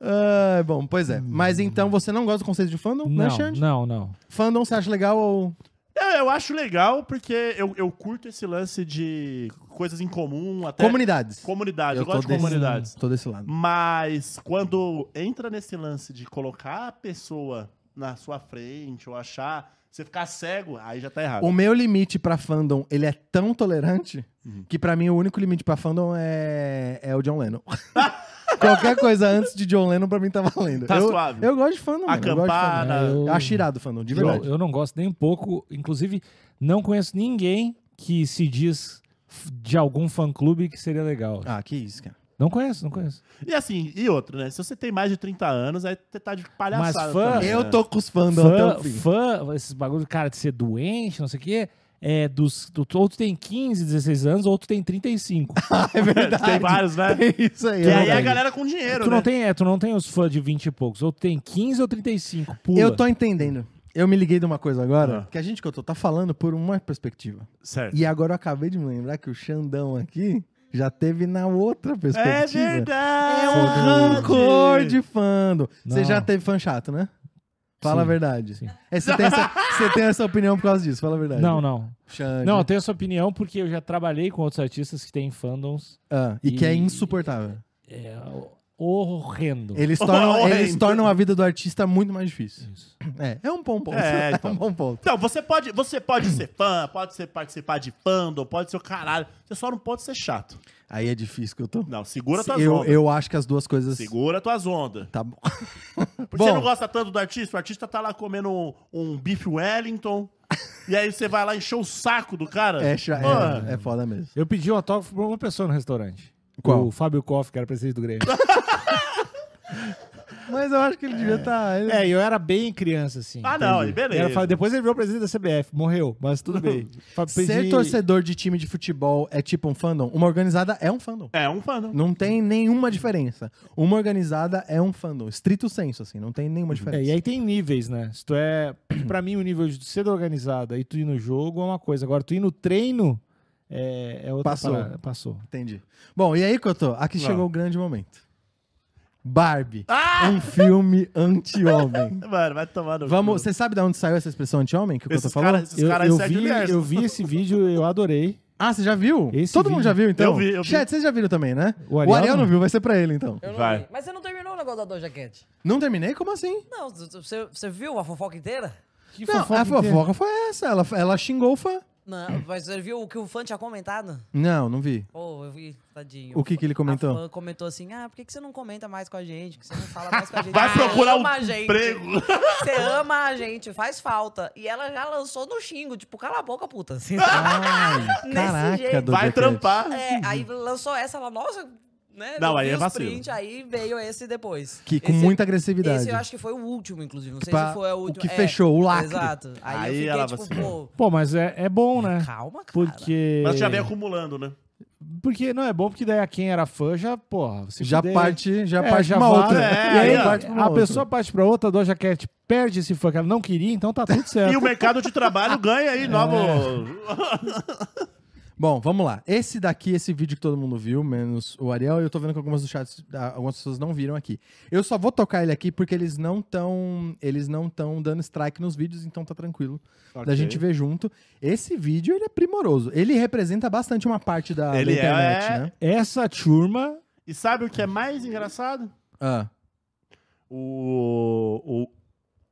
Ah, bom, pois é. Mas então você não gosta do conceito de fandom, é né, Não, Xande? não, não. Fandom você acha legal ou. Eu, É, eu acho legal porque eu, eu curto esse lance de coisas em comum, até Comunidades. comunidades. É, Eu, tô gosto de desse- comunidades. Tô desse lado. Mas quando entra nesse lance de colocar a pessoa na sua frente ou achar, você ficar cego, aí já tá errado. O meu limite pra fandom, ele é tão tolerante Uhum. que pra mim o único limite pra fandom é, é o John Lennon. Qualquer coisa antes de John Lennon pra mim tá valendo. Tá eu, suave. Eu gosto de fandom. mano, Eu, gosto de fandom. Acampada. Eu- eu acho irado fandom, de Eu, verdade. eu não gosto nem um pouco. Inclusive, não conheço ninguém que se diz f- de algum fã-clube que seria legal. Ah, que isso, cara. Não conheço, não conheço. E assim, e outro, né? Se você tem mais de 30 anos, aí você tá de palhaçada. Mas fã- também, Eu né? tô com os fandom até Fã, o fim. fã, esses bagulho, cara, de ser doente, não sei o quê. É, dos, do, ou tu tem 15, 16 anos, ou tu tem 35. É verdade. Tem vários, né? É isso aí. E é aí a verdade. galera com dinheiro, tu, né? não tem, é, tu não tem os fãs de 20 e poucos. Ou tu tem 15 ou 35. Pula. Eu tô entendendo. Eu me liguei de uma coisa agora, Ah. que a gente que eu tô tá falando por uma perspectiva. Certo. E agora eu acabei de me lembrar que o Xandão aqui já teve na outra É perspectiva. verdade! É um rancor de fando. Você Não. já teve fã chato, né? Fala a Sim, verdade. sim. É, Você tem, essa, você tem essa opinião por causa disso, fala a verdade. Não, não. Xande. Não, eu tenho essa opinião porque eu já trabalhei com outros artistas que têm fandoms Ah, e, que é E- insuportável. é, horrendo. Eles tornam, Horrendo. eles tornam a vida do artista muito mais difícil. Isso. É, é um bom ponto. É, então. um bom ponto. Não, você pode, você pode ser fã, pode ser participar de fandom, pode ser o caralho. Você só não pode ser chato. Aí é difícil que eu tô. Não, segura tuas eu, ondas. eu acho que as duas coisas. Segura tuas ondas. Tá bom. Porque Bom, você não gosta tanto do artista, o artista tá lá comendo um, um bife Wellington, E aí você vai lá encher o saco do cara. É, cha- Mano, é, é foda mesmo. Eu pedi um autógrafo pra uma pessoa no restaurante. Qual? O Fábio Koff, que era presidente do Grêmio. Mas eu acho que ele devia estar. é, e eu era bem criança, assim. Ah, não, Entendi. aí beleza. Era fa- depois ele virou presidente da CBF, morreu, mas tudo bem. Fa- Ser pedi- torcedor de time de futebol é tipo um fandom? Uma organizada é um fandom. É um fã, não. Não tem nenhuma diferença. Uma organizada é um fandom. Estrito senso, assim. Não tem nenhuma É, diferença. e aí tem níveis, né? Se tu é. Pra mim, o nível de ser organizada e tu ir no jogo é uma coisa. Agora, tu ir no treino é, é outra Passou. parada. Passou. Entendi. Bom, e aí, Cotô? Aqui Não. chegou o grande momento. Barbie. Ah! Um filme anti-homem. Mano, vai tomar no Vamos, cu. você sabe de onde saiu essa expressão anti-homem que o Cotô Esses falou? caras esses Eu, caras eu seguem o vi, Lierson. eu vi esse vídeo, eu adorei. Ah, você já viu? Esse Todo mundo vídeo. já viu, então? Eu vi, eu vi. Chat, vocês já viram também, né? O Ariel não não? viu, vai ser pra ele, então. Eu não Vai. vi. Mas você não terminou o negócio da Doja Cat? Não terminei? Como assim? Não, c- c- você, você viu a fofoca inteira? Que Não, a fofoca foi essa. Ela, ela xingou o fã. Não, mas você viu o que o fã tinha comentado? Não, não vi. Pô, eu vi, tadinho. O que que ele comentou? A fã comentou assim, ah, por que, que você não comenta mais com a gente? Que você não fala mais com a gente? Vai Você procurar ama um a gente. emprego. Você ama a gente, faz falta. E ela já lançou no xingo, tipo, cala a boca, puta. assim. Ai, Nesse jeito. caraca, Doja Vai Cat. trampar. É, aí lançou essa, ela, nossa, né? Não, eu aí vi é os vacilo. print, aí veio esse depois. Que, com Esse- muita agressividade. Esse eu acho que foi o último, inclusive. Não sei Pra- se foi o o último. que fechou, o lacre. Exato. Aí, Aí eu ela fiquei tipo, vacilou. pô, Pô, mas é, é bom, né? calma, cara. Porque. Mas já vem acumulando, né? Porque não é bom, porque daí a quem era fã já, porra, se Já fuder. parte, já É, parte já uma vai. outra. É, e aí é. parte pra uma a outra. pessoa parte pra outra, a Doja Cat tipo, perde esse fã que ela não queria, então tá tudo É. certo. E o mercado de trabalho ganha aí novo. Bom, vamos lá. Esse daqui, esse vídeo que todo mundo viu, menos o Ariel, eu tô vendo que algumas do chat, ah, algumas pessoas não viram aqui. Eu só vou tocar ele aqui porque eles não estão, eles não estão dando strike nos vídeos, então tá tranquilo da Ok. gente ver junto. Esse vídeo ele é primoroso. Ele representa bastante uma parte da, da Ele internet, é- né? Essa turma. E sabe o que é mais engraçado? Ah, O, o-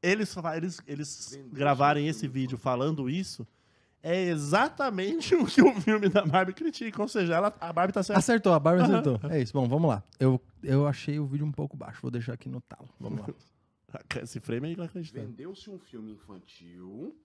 eles fa- eles, eles gravarem esse vídeo falando isso é exatamente o que o filme da Barbie critica. Ou seja, ela, a Barbie tá sendo. acertou, a Barbie acertou. É isso. Bom, vamos lá. Eu, eu achei o vídeo um pouco baixo. Vou deixar aqui no talo. Vamos lá. Esse frame é inacreditável. Vendeu-se um filme infantil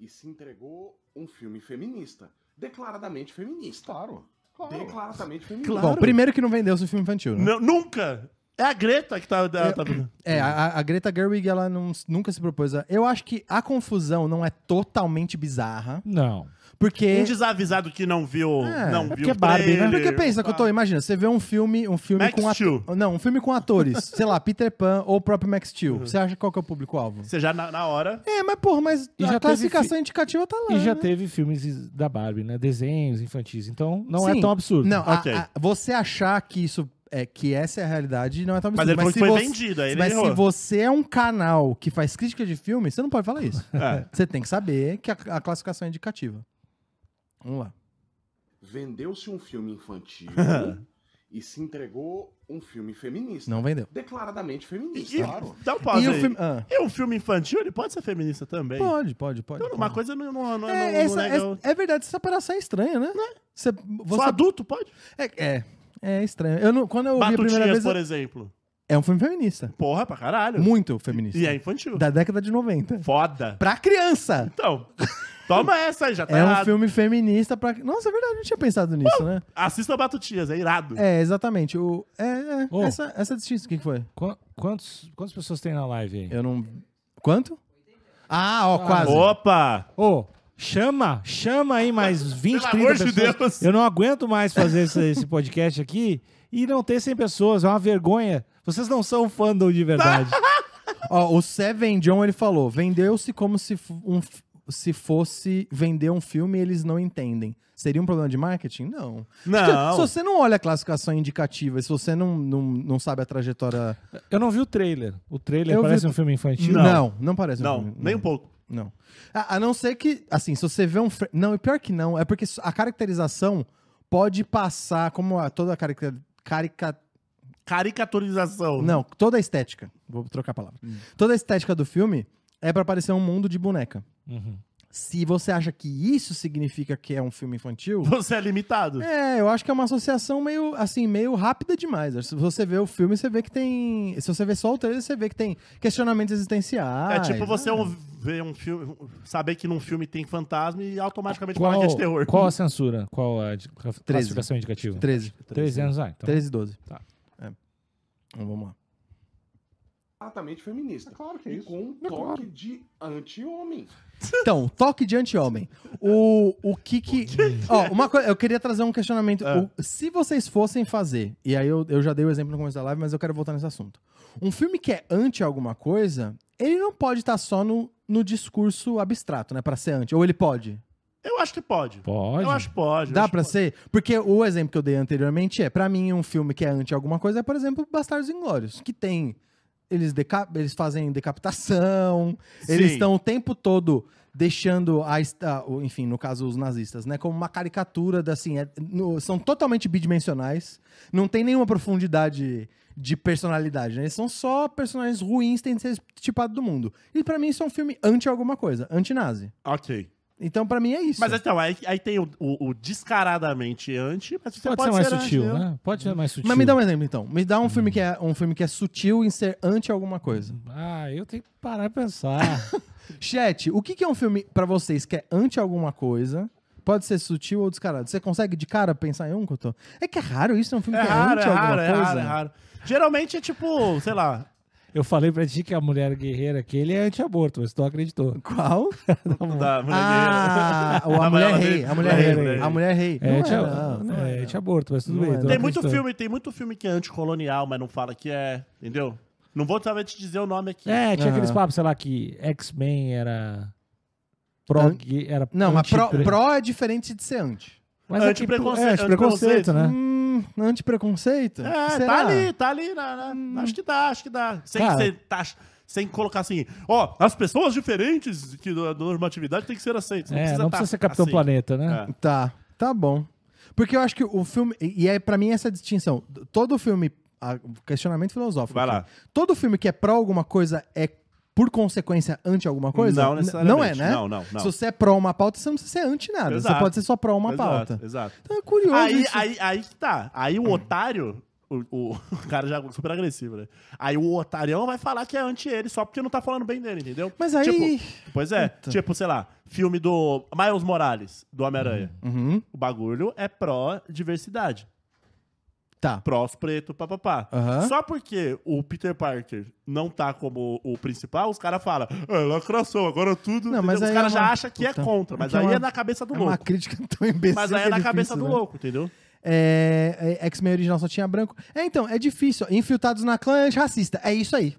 e se entregou um filme feminista. Declaradamente feminista. Claro. Declaradamente feminista. Bom, primeiro que não vendeu esse filme infantil, né? Não, nunca! É a Greta que tá. tá- tá- É, a, a Greta Gerwig, ela não- nunca se propôs a... Eu acho que a confusão não é totalmente bizarra, Não. porque... Um desavisado que não viu. É, não é viu porque é Barbie, né? trailer, Porque pensa, pá. que eu tô, imagina, você vê um filme, um filme Max com ato- Steel. Não, um filme com atores, sei lá, Peter Pan ou o próprio Max Steel. Você acha qual que é o público-alvo? Você já na, na hora. É, mas porra, mas E a já teve classificação indicativa tá lá, E já né? teve filmes da Barbie, né? Desenhos infantis. Então não Sim. é tão absurdo. Não, a- Ok. a- você achar que isso é que essa é a realidade não é tão Mas absurdo. ele falou que foi se você- vendido, aí ele mas se errou. você é um canal que faz crítica de filme, você não pode falar isso. É. Você tem que saber que a, a classificação é indicativa. Vamos lá. Vendeu-se um filme infantil e se entregou um filme feminista. Não vendeu. Declaradamente feminista. E, e- Claro. dá um É pause E o aí. filme- ah. E um filme infantil, ele pode ser feminista também. Pode, pode, pode. Então, pode. uma coisa não, não, não, é, não- não essa- nega o- é- é verdade, essa operação é estranha, né? Você, Só você- adulto pode? é, é, é estranho. Eu não, quando eu ouvi a primeira Batutinhas, vez. por eu- exemplo. É um filme feminista. Porra, pra caralho. Muito feminista. E é infantil. Da década de 90. Foda. Pra criança! Então, toma essa aí, já tá É um errado. Uh! filme feminista pra. Nossa, é verdade, eu não tinha pensado nisso, né? Assista Batutinhas, é irado. É, exatamente. O... É, é, Oh. essa, essa distinção, o que que foi? Qu- quantos, quantas pessoas tem na live aí? Eu não. Quanto? Ah, ó, quase. Opa! Ô, chama, chama aí mais 20, Pelo 30 amor de pessoas. Deus. Eu não aguento mais fazer esse, esse podcast aqui e não ter 100 pessoas. É uma vergonha. Vocês não são fandom de verdade. Ó, o Seven John ele falou: vendeu-se como se, f- um, f- se fosse vender um filme e eles não entendem. Seria um problema de marketing? Não. Não. Se você não olha a classificação indicativa, se você não, não, não sabe a trajetória. Eu não vi o trailer. O trailer Eu vi parece o- um filme infantil? Não, não, parece. um Não, filme, nem um pouco. Não. A, a não ser que, assim, se você vê um. fra- Não, e pior que não, é porque a caracterização pode passar, como a- toda a carica, carica- Caricaturização. Não, toda a Hum. estética. Vou trocar a palavra. Toda a estética do filme é pra parecer um mundo de boneca. Uhum. se você acha que isso significa que é um filme infantil, Você é limitado. é, eu acho que é uma associação meio, assim, meio rápida demais. Se você vê o filme, você vê que tem. Se você vê só o trailer, você vê que tem questionamentos existenciais. é tipo você né? um- ver um filme, saber que num filme tem fantasma e automaticamente falar Qual, que é de terror. qual a censura? Qual a de- classificação 13. indicativa? 13. 13 anos, ah, então. 13 e 12. Tá. É. Então, vamos lá. Claramente feminista. claro que é e isso. com um toque de anti-homem. Então, toque de anti-homem. O, o que que. Ó, uma coisa, eu queria trazer um questionamento. Ah. O- se vocês fossem fazer, e aí eu, eu já dei o exemplo no começo da live, mas eu quero voltar nesse assunto. Um filme que é anti alguma coisa, ele não pode estar só no, no discurso abstrato, né? Pra ser anti. Ou ele pode? Eu acho que pode. Pode. Eu acho que pode. eu Dá acho pra que ser? Porque o exemplo que eu dei anteriormente é, pra mim, um filme que é anti alguma coisa é, por exemplo, Bastardos Inglórios, que tem. Eles, deca- eles fazem decapitação, pode. eles Sim. estão o tempo todo deixando a, est- a- o- enfim, no caso os nazistas, né, como uma caricatura da assim, é- no- são totalmente bidimensionais, não tem nenhuma profundidade de personalidade, né? Eles são só personagens ruins têm de ser tipados do mundo. E pra mim isso é um filme anti alguma coisa, anti-nazi. Ok. Então pra mim é isso. Mas então, aí, aí tem o, o- o descaradamente anti, mas você Pode, pode, ser mais anti, sutil, né? Pode ser mais sutil. Mas me dá um exemplo então. Me dá um filme que é um filme que é sutil em ser anti alguma coisa. Ah, eu tenho que parar e pensar. Chat, o que que é um filme pra vocês que é anti alguma coisa? Pode ser sutil ou descarado. Você consegue de cara pensar em um, Couto? É que é raro isso, é um filme É que é raro, é anti alguma raro, é coisa. raro, é raro. Geralmente é tipo, sei lá, eu falei pra ti que a mulher guerreira aquele é anti-aborto, mas tu não acreditou. Qual? da mulher Ah, a guerreira. Da mulher mulher rei, rei. a mulher Mulher rei, rei. a mulher rei. É, Não anti- é, não, não é, é, não. anti-aborto, mas tudo Não bem. é, tu não. não Tem muito acreditou. filme, tem muito filme que é anticolonial, mas não fala que é, entendeu? Não vou saber te dizer o nome aqui. É, tinha Aham. aqueles papos, sei lá, que X-Men era. Pro, An- era Não, mas pro, anti-pre- pro é diferente de ser anti. Mas é que- Antipreconce- é, antipreconceito, antipreconceito. né? Hum, antipreconceito? É, Será? tá ali, tá ali. na- na- Acho que dá, acho que dá. Sem, Hum. Cara. ser taxa- sem colocar assim, ó, as pessoas diferentes que da da normatividade têm que ser aceitas. Não é, precisa não tá precisa ser Capitão assim. Planeta, né? É. Tá, tá bom. Porque eu acho que o filme. E e é pra mim essa distinção. Todo filme. ah, questionamento filosófico. Vai lá. aqui. Todo filme que é pró alguma coisa é, por consequência, anti alguma coisa? Não N- necessariamente. Não é, né? Não, não, não. Se você é pró uma pauta, você não precisa ser anti nada. Você Exato. pode ser só É pró uma Exato, pauta. Exato. Então é curioso. Aí, isso. aí, aí que tá. Aí o otário. O, o- o cara já é super agressivo, né? Aí o otarião vai falar que é anti ele só porque não tá falando bem dele, entendeu? Mas aí- Tipo, pois é. Puta. Tipo, sei lá, filme do Miles Morales, do Homem-Aranha. Uhum, O bagulho é pró-diversidade. tá. prós preto, papapá. Aham. Só porque o Peter Parker não tá como o principal, os caras falam, é lacração, agora tudo. Não, entendeu? mas os aí caras é já uma- acham que Puta. é contra, mas Que é aí uma- é na cabeça do É uma louco. crítica tão imbecil. Mas aí é que na difícil, cabeça do né? louco, entendeu? É, é, X-Men original só tinha branco. É, então, é difícil. Infiltrados na clã é antirracista. É isso aí.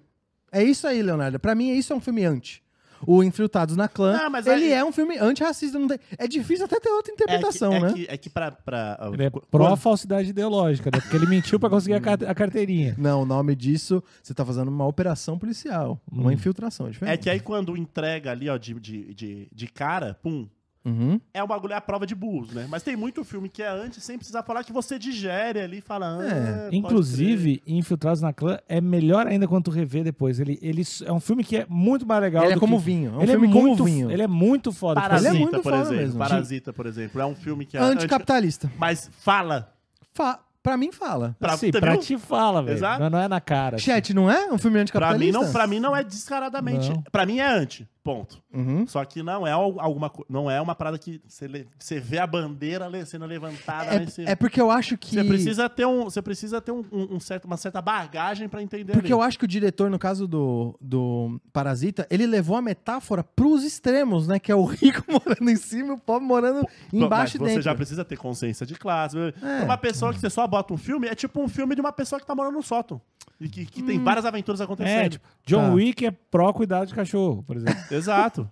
É isso aí, Leonardo. Pra mim, isso é um filme anti. O Infiltrados na clã, Ah, mas ele aí- é um filme antirracista. Não tem... É difícil até ter outra interpretação, é que, né? É que, é que pra... pra Ele é quando- pró-falsidade ideológica, né? Porque ele mentiu pra conseguir a car- a carteirinha. Não, o nome disso, você tá fazendo uma operação policial. Uma infiltração, é é diferente. que aí quando entrega ali, ó, de, de, de, de cara, pum, Uhum. é um bagulho, é a prova de burros, né? Mas tem muito filme que é antes, sem precisar falar que você digere ali, fala... É. "Ah, pode crer." Inclusive, Infiltrados na Clã é melhor ainda quando tu revê depois. Ele, ele s- é um filme que é muito mais legal. Ele é do como que... vinho. É um ele filme é como muito, vinho. Ele é muito foda. tipo Parasita, assim. Ele é muito por foda exemplo. mesmo. Parasita, por exemplo. É um filme que é anti- Anticapitalista. Mas fala. Fa... Pra mim, fala. Pra, Assim, tá pra viu? ti fala, velho. Exato. Mas não é na cara. assim. Chat, não é um filme Pra mim, anticapitalista? não, pra mim não é descaradamente. Não. Pra mim é anti. Ponto. Uhum. Só que não é al- alguma co- não é uma parada que você le- você vê a bandeira le- sendo levantada. né? Você É, é porque eu acho que... você precisa ter um você precisa ter um, um- um certo, uma certa bagagem pra entender. Porque eu ali. acho que o diretor, no caso do, do Parasita, ele levou a metáfora pros extremos, né? Que é o rico morando em cima e o pobre morando Não, embaixo e mas você dentro. já precisa ter consciência de classe. É. Uma pessoa que você só bota um filme é tipo um filme de uma pessoa que tá morando no sótão e que, que Hum. tem várias aventuras acontecendo. É, tipo, John Tá. Wick é pró-cuidado de cachorro, por exemplo. Exato.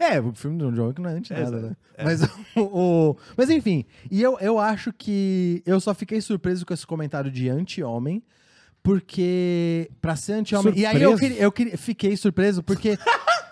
É, o filme do John Wick não é anti É, nada, exato. né? Mas, o, o- mas enfim, e eu, eu acho que eu só fiquei surpreso com esse comentário de anti-homem, porque pra ser anti-homem... E aí eu, Surpreso? queria- eu queria- fiquei surpreso porque...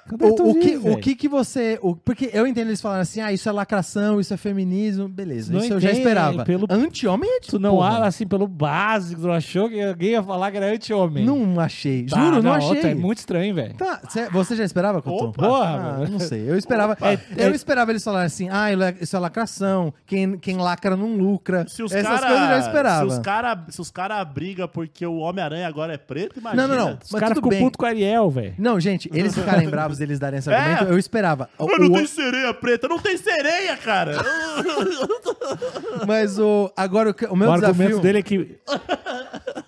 Cadê O, o teu que, jeito, o Tá velho? que que você. o- porque eu entendo eles falarem assim, ah, isso é lacração, isso é feminismo, beleza. Não isso eu já entende, esperava. pelo- Anti-homem é de Tu não porra. acha assim pelo básico, tu achou que alguém ia falar que era anti-homem? Não achei. Tá, Juro, não, ó, achei. tá, É muito estranho, velho. Tá, cê- você já esperava, Couto? Opa. Porra, Ah, eu velho. não sei. Eu esperava. Eu esperava eles falarem assim, ah, isso é lacração, quem, quem lacra não lucra. Se os Essas cara, coisas eu já esperava. Se os cara, se os cara briga porque o Homem-Aranha agora é preto, imagina. Não, não, não. Os Mas caras tudo ficam bem. putos com o Ariel, velho. Não, gente, eles ficarem bravos, eles darem esse É. argumento, eu esperava. O- Mas não o- tem sereia preta, não tem sereia, cara! mas o, agora o, que- o meu O argumento desafio... dele é que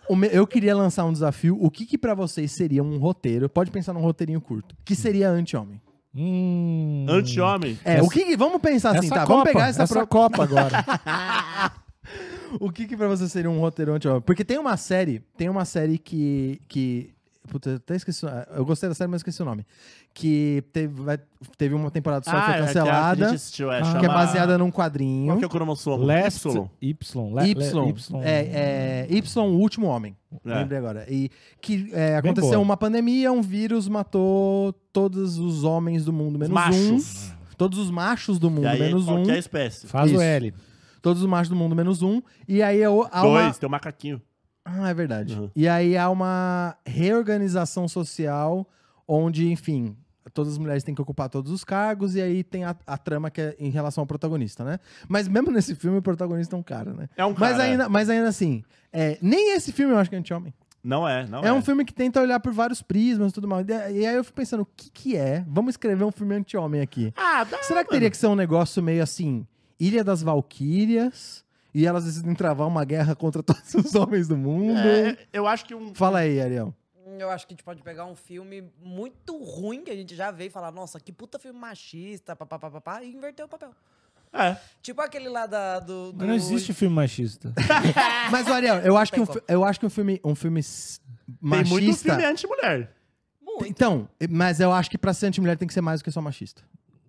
O me- eu queria lançar um desafio. O que que pra vocês seria um roteiro? Pode pensar num roteirinho curto. Que seria anti-homem. Hum. Anti-homem. É, Essa- o que que... Vamos pensar assim, essa tá? Copa, vamos pegar essa... pro- Copa agora. O que que pra você seria um roteiro anti-homem? Porque tem uma série... Tem uma série que... que... Puta, eu até esqueci... o- Eu gostei da série, mas esqueci o nome. Que teve, vai- teve uma temporada só, foi é, cancelada. Que, a que, gente assistiu, é, é chama- baseada num Qual quadrinho. que é o cromossomo? Last Y. Y. Y. um Le- Y. le- É, é, y, o último homem. É. Lembrei agora. E que é, Bem aconteceu boa. uma pandemia, um vírus matou todos os homens do mundo, menos um. Machos. Todos os machos do E mundo, aí, é menos um. qualquer espécie. Faz Isso. o L. Todos os machos do mundo, menos um. E aí há uma... Dois, tem o macaquinho. Ah, é verdade. Uhum. E aí há uma reorganização social onde, enfim, todas as mulheres têm que ocupar todos os cargos e aí tem a, a trama que é em relação ao protagonista, né? Mas mesmo nesse filme, o protagonista é um cara, né? É um cara. Mas ainda, mas ainda assim, é, nem esse filme eu acho que é anti-homem. Não é, não é. É um filme que tenta olhar por vários prismas e tudo mais. E aí eu fico pensando, o que que é? Vamos escrever um filme anti-homem aqui. Ah, dá, Será que mano. teria que ser um negócio meio assim, Ilha das Valquírias, e elas decidem travar uma guerra contra todos os homens do mundo? É, eu acho que um. Fala aí, Ariel. Eu acho que a gente pode pegar um filme muito ruim que a gente já vê e falar, nossa, que puta filme machista, papapá, e inverter o papel. É. Tipo aquele lá da, do, do- Mas não existe filme machista. Mas, ô, Ariel, eu acho que, um, Tem fi- eu acho que um filme, um filme s- Tem muito machista... filme anti-mulher. Muito. Então, mas eu acho que pra ser anti-mulher tem que ser mais do que só machista.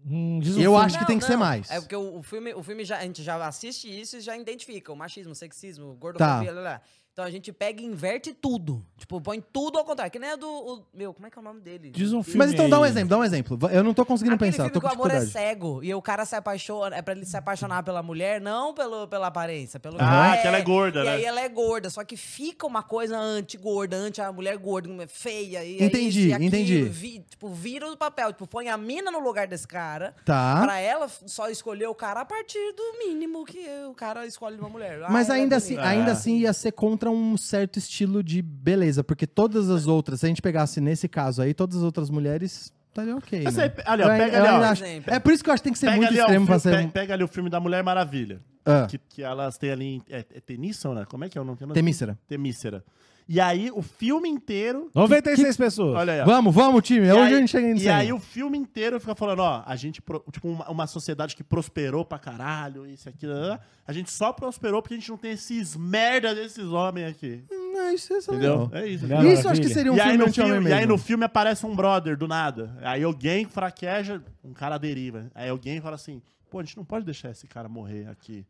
Hum, diz um Eu filme. acho que tem que ser mais. É porque o, o filme, o filme já, a gente já assiste isso e já identifica o machismo, o sexismo, o Tá. gordofobia, lá, lá, lá. Então a gente pega e inverte tudo. Tipo, põe tudo ao contrário. Que nem a do. o- meu, como é que é o nome dele? Diz um filme. Mas então dá um aí. exemplo, dá um exemplo. Va- Eu não tô conseguindo Aquele pensar, eu filme tô com que o amor é dificuldade. cego e o cara se apaixona, é pra ele se apaixonar pela mulher, não pelo, pela aparência, pelo Ah, que que ela é gorda, e né? aí ela é gorda, só que fica uma coisa anti-gorda, anti a mulher gorda, uma feia. E é Entendi, isso e aquilo, entendi. vi- tipo, vira o papel, tipo, põe a mina no lugar desse cara. Tá. Pra ela f- só escolher o cara a partir do mínimo que o cara escolhe uma mulher. Ah, Mas ela é ainda assim, bonita. ainda É. assim ia ser contra um certo estilo de beleza, porque todas as outras, se a gente pegasse nesse caso aí, todas as outras mulheres estaria ok. Mas né? aí, olha, Eu ainda- pega eu ali, ó. ainda acho- Exemplo. É por isso que eu acho que tem que ser Pega muito ali, ó, extremo o pra filme, ser. um- pe- pega ali o filme da Mulher Maravilha. Ah, Que, que elas têm ali. em- É, é Tenisson, né? Como é que é o nome? Eu não- Temícera. Temícera. E aí, o filme inteiro. 96 pessoas. Olha aí, ó. Vamos, vamos, time. E Hoje aí- a gente chega em E cem. aí o filme inteiro fica falando, ó, a gente, pro- tipo, uma, uma sociedade que prosperou pra caralho, isso, aquilo, lá. a gente só prosperou porque a gente não tem esses merda desses homens aqui, Não, isso é só entendeu? legal. É isso. Legal. Isso eu acho que Maravilha. seria um E aí, filme no anti-homem filme, e aí mesmo. no filme aparece um brother do nada. Aí alguém fraqueja, um cara deriva. Aí alguém fala assim: pô, a gente não pode deixar esse cara morrer aqui.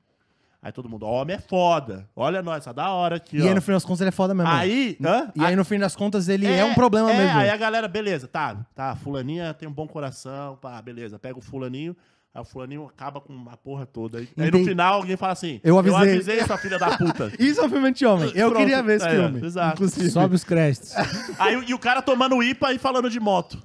Aí todo mundo, ó, homem é foda. Olha nós, tá da hora aqui, E ó. aí no fim das contas ele é foda mesmo. Aí, hã? E aí no fim das contas ele é, um problema é, mesmo. Aí a galera, beleza, tá, tá, fulaninha tem um bom coração, pá, beleza, pega o fulaninho, aí o fulaninho acaba com a porra toda. Aí, aí no Entendi. final alguém fala assim, Eu avisei. eu avisei sua filha da puta. Isso é um filme anti-homem. Eu Pronto. queria ver esse É, filme. exato. Inclusive. Sobe os créditos. aí, o- e o cara tomando IPA e falando de moto.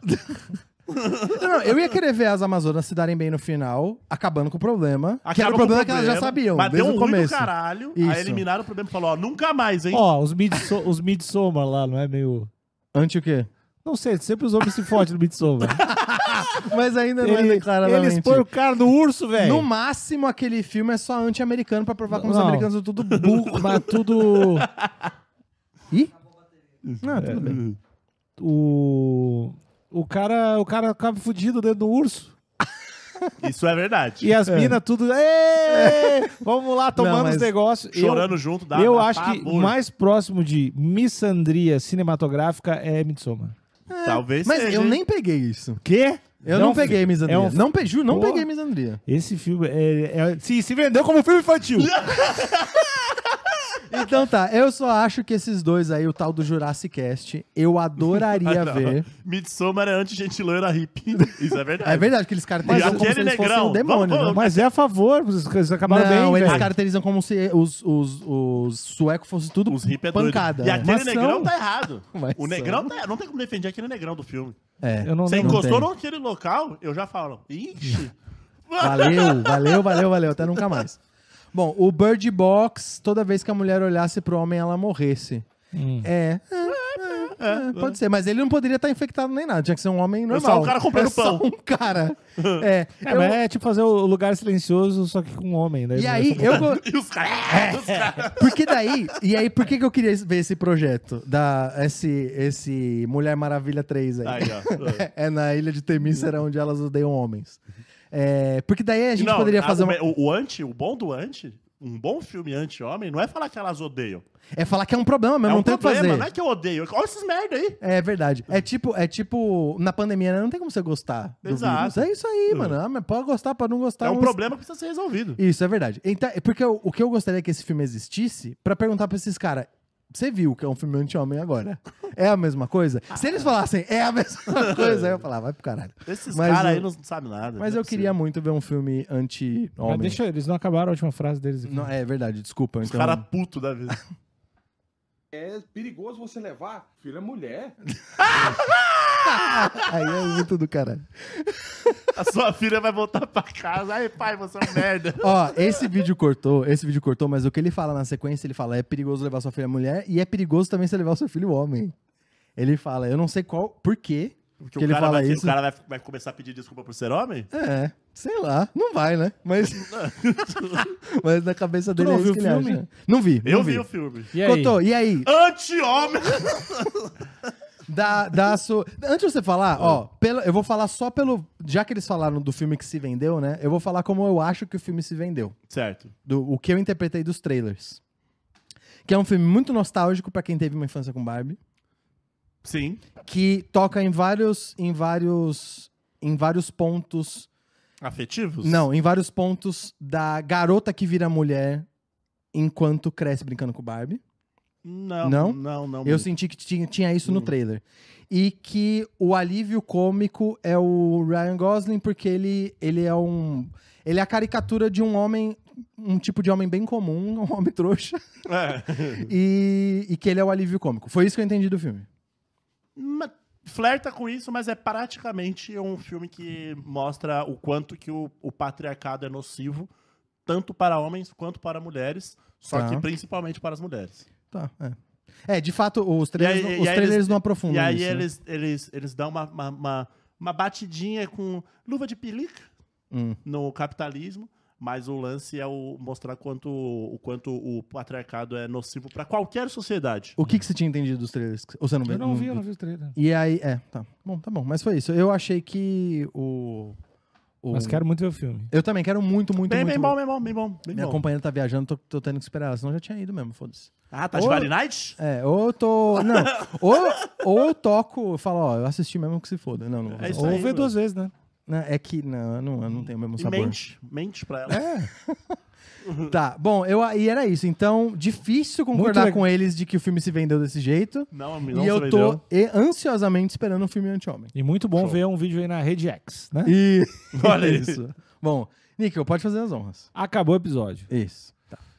Não, não, eu ia querer ver as Amazonas se darem bem no final, acabando com o problema. que era Acaba com o problema é que elas já sabiam, Mas desde deu o um começo. ruim do caralho, Isso. aí eliminaram o problema e falou, ó, nunca mais, hein? Ó, os Midso- os Midsommar lá, não é meio... Anti o quê? Não sei, sempre os homens se fodem no Midsommar. Mas ainda não é Ele- declaradamente. eles põem o cara no urso, velho. No máximo, aquele filme é só anti-americano pra provar como os Não. americanos são tudo burro. Bu- Mas tudo... Ih? Não, tudo bem. O... O cara, o cara acaba fudido dentro do urso. Isso é verdade. E as minas tudo... "Ê, Vamos lá, tomando mas os negócios. Eu- Chorando junto, dá eu dá acho que pavor. mais próximo de missandria cinematográfica é Midsommar. Talvez é, Mas seja, eu hein? nem peguei isso. Quê? Eu não, peguei Misandria. É um- Não, pe... juro, não Porra. peguei Misandria. Esse filme é, é- se, se vendeu como filme infantil. Então tá, eu só acho que esses dois aí, o tal do Jurassic Cast, eu adoraria Ah, Não. ver. Midsommar é anti-gente loira hippie. Isso é verdade. É verdade que eles caracterizam Mas como se aquele eles fossem negrão, um demônio, vamos- né? Mas é a favor, vocês vocês acabaram não, bem, eles velho. caracterizam como se os, os, os suecos fossem tudo Os hippie é doido. pancada. E né? aquele Mas são. negrão tá errado. Mas o são. negrão tá, não tem como defender aquele negrão do filme. É. Eu não Você lembro. encostou tem. naquele local, eu já falo. Ixi. Valeu, valeu, valeu, valeu. Até nunca mais. Bom, o Bird Box, toda vez que a mulher olhasse pro homem, ela morresse. Hum. É. é, é, é, pode ser, mas ele não poderia estar infectado nem nada. Tinha que ser um homem normal. só um cara comprando é só pão. um cara. É. É, eu- mas é tipo fazer o lugar silencioso, só que com um homem. Né? E aí, eu, go- E os caras. os caras- Porque daí, e aí, por que, que eu queria ver esse projeto? Da, esse, esse Mulher Maravilha 3 aí. Aí, ó. é na ilha de Temícera, onde elas odeiam homens. É, porque daí a gente Não, poderia a- fazer o, uma, o anti, o bom do anti, um bom filme anti-homem, não é falar que elas odeiam. É falar que é um problema é mesmo, um não tem o que fazer. não é que eu odeio. Olha esses merda aí. É verdade. É tipo, é tipo, na pandemia né? não tem como você gostar do Exato. Hum. vírus. É isso aí, mano. Ah, mas pode gostar, pode não gostar. é um mas- problema que precisa ser resolvido. Isso, é verdade. Então, é porque eu- o que eu gostaria que esse filme existisse, pra perguntar pra esses caras, você viu que é um filme anti-homem agora? É a mesma coisa? Ah. Se eles falassem, é a mesma coisa, aí eu falava, vai pro caralho. Esses Mas caras eu- aí não sabem nada. Mas não é eu queria possível. muito ver um filme anti-homem. um Mas deixa, eles não acabaram a última frase deles aqui. Não, é verdade, desculpa. Os Então... caras putos da vida. É perigoso você levar filha mulher. Aí é muito do caralho. A sua filha vai voltar pra casa. Aí, pai, você é um merda. Ó, esse vídeo cortou, esse vídeo cortou, mas o que ele fala na sequência, ele fala, é perigoso levar sua filha mulher e é perigoso também você levar o seu filho homem. Ele fala, eu não sei qual, por quê Porque que o ele cara, fala vai, isso. o cara vai, vai começar a pedir desculpa por ser homem? É, sei lá, não vai, né? Mas, mas na cabeça dele não é isso viu que o ele filme? acha. Não vi, não Eu vi o filme. E aí? Cotô, e aí? Anti-homem! Da, da sua... Antes de você falar, ó, pelo, eu vou falar só pelo. Já que eles falaram do filme que se vendeu, né? Eu vou falar como eu acho que o filme se vendeu. Certo. Do, o que eu interpretei dos trailers. Que é um filme muito nostálgico pra quem teve uma infância com Barbie. Sim. Que toca em vários. em vários. em vários pontos. Afetivos? Não, em vários pontos da garota que vira mulher enquanto cresce brincando com Barbie. Não. Não? Não, não. Eu senti que tinha, tinha isso Hum. no trailer. E que o alívio cômico é o Ryan Gosling, porque ele, ele é um. Ele é a caricatura de um homem. Um tipo de homem bem comum, um homem trouxa. É. E, e que ele é o alívio cômico. Foi isso que eu entendi do filme. Ma- flerta com isso, mas é praticamente um filme que mostra o quanto que o, o patriarcado é nocivo, tanto para homens quanto para mulheres, só Tá. que principalmente para as mulheres. Tá, é. É, de fato, os trailers, aí- não- e os aí trailers eles- não aprofundam e aí isso, né? eles, eles, eles dão uma, uma, uma, uma batidinha com luva de pelica Hum. no capitalismo, mas o lance é o mostrar quanto, o quanto o patriarcado é nocivo para qualquer sociedade. O que, que você tinha entendido dos trailers? Ou você não Hum. viu? Eu não vi, eu não vi o trailer. E aí, é, tá. Bom, tá bom. Mas foi isso. Eu achei que o. o- Mas quero muito ver o filme. Eu também quero muito, muito, Bem, muito. bem bom, bem bom, bem bom. Bem Minha bom. companheira tá viajando, tô, tô tendo que esperar ela, senão eu já tinha ido mesmo, foda-se. Ah, tá de Ô. Vale Night? É, ou eu tô. Não, ou, ou eu toco, eu falo, ó, eu assisti mesmo que se foda. Não, não. vou É isso Ou aí, ver mano. duas vezes, né? Não, é que não, eu não, eu não tenho o mesmo E sabor. É. mente, mente pra ela. Tá, bom, eu, e era isso. Então, difícil concordar legal. com eles de que o filme se vendeu desse jeito. Não, não e se eu vendeu. tô e- ansiosamente esperando um filme anti-homem. E muito bom ver um vídeo aí na Rede X, né? E Olha isso. Bom, É Níquel, pode fazer as honras. Acabou o episódio. Isso.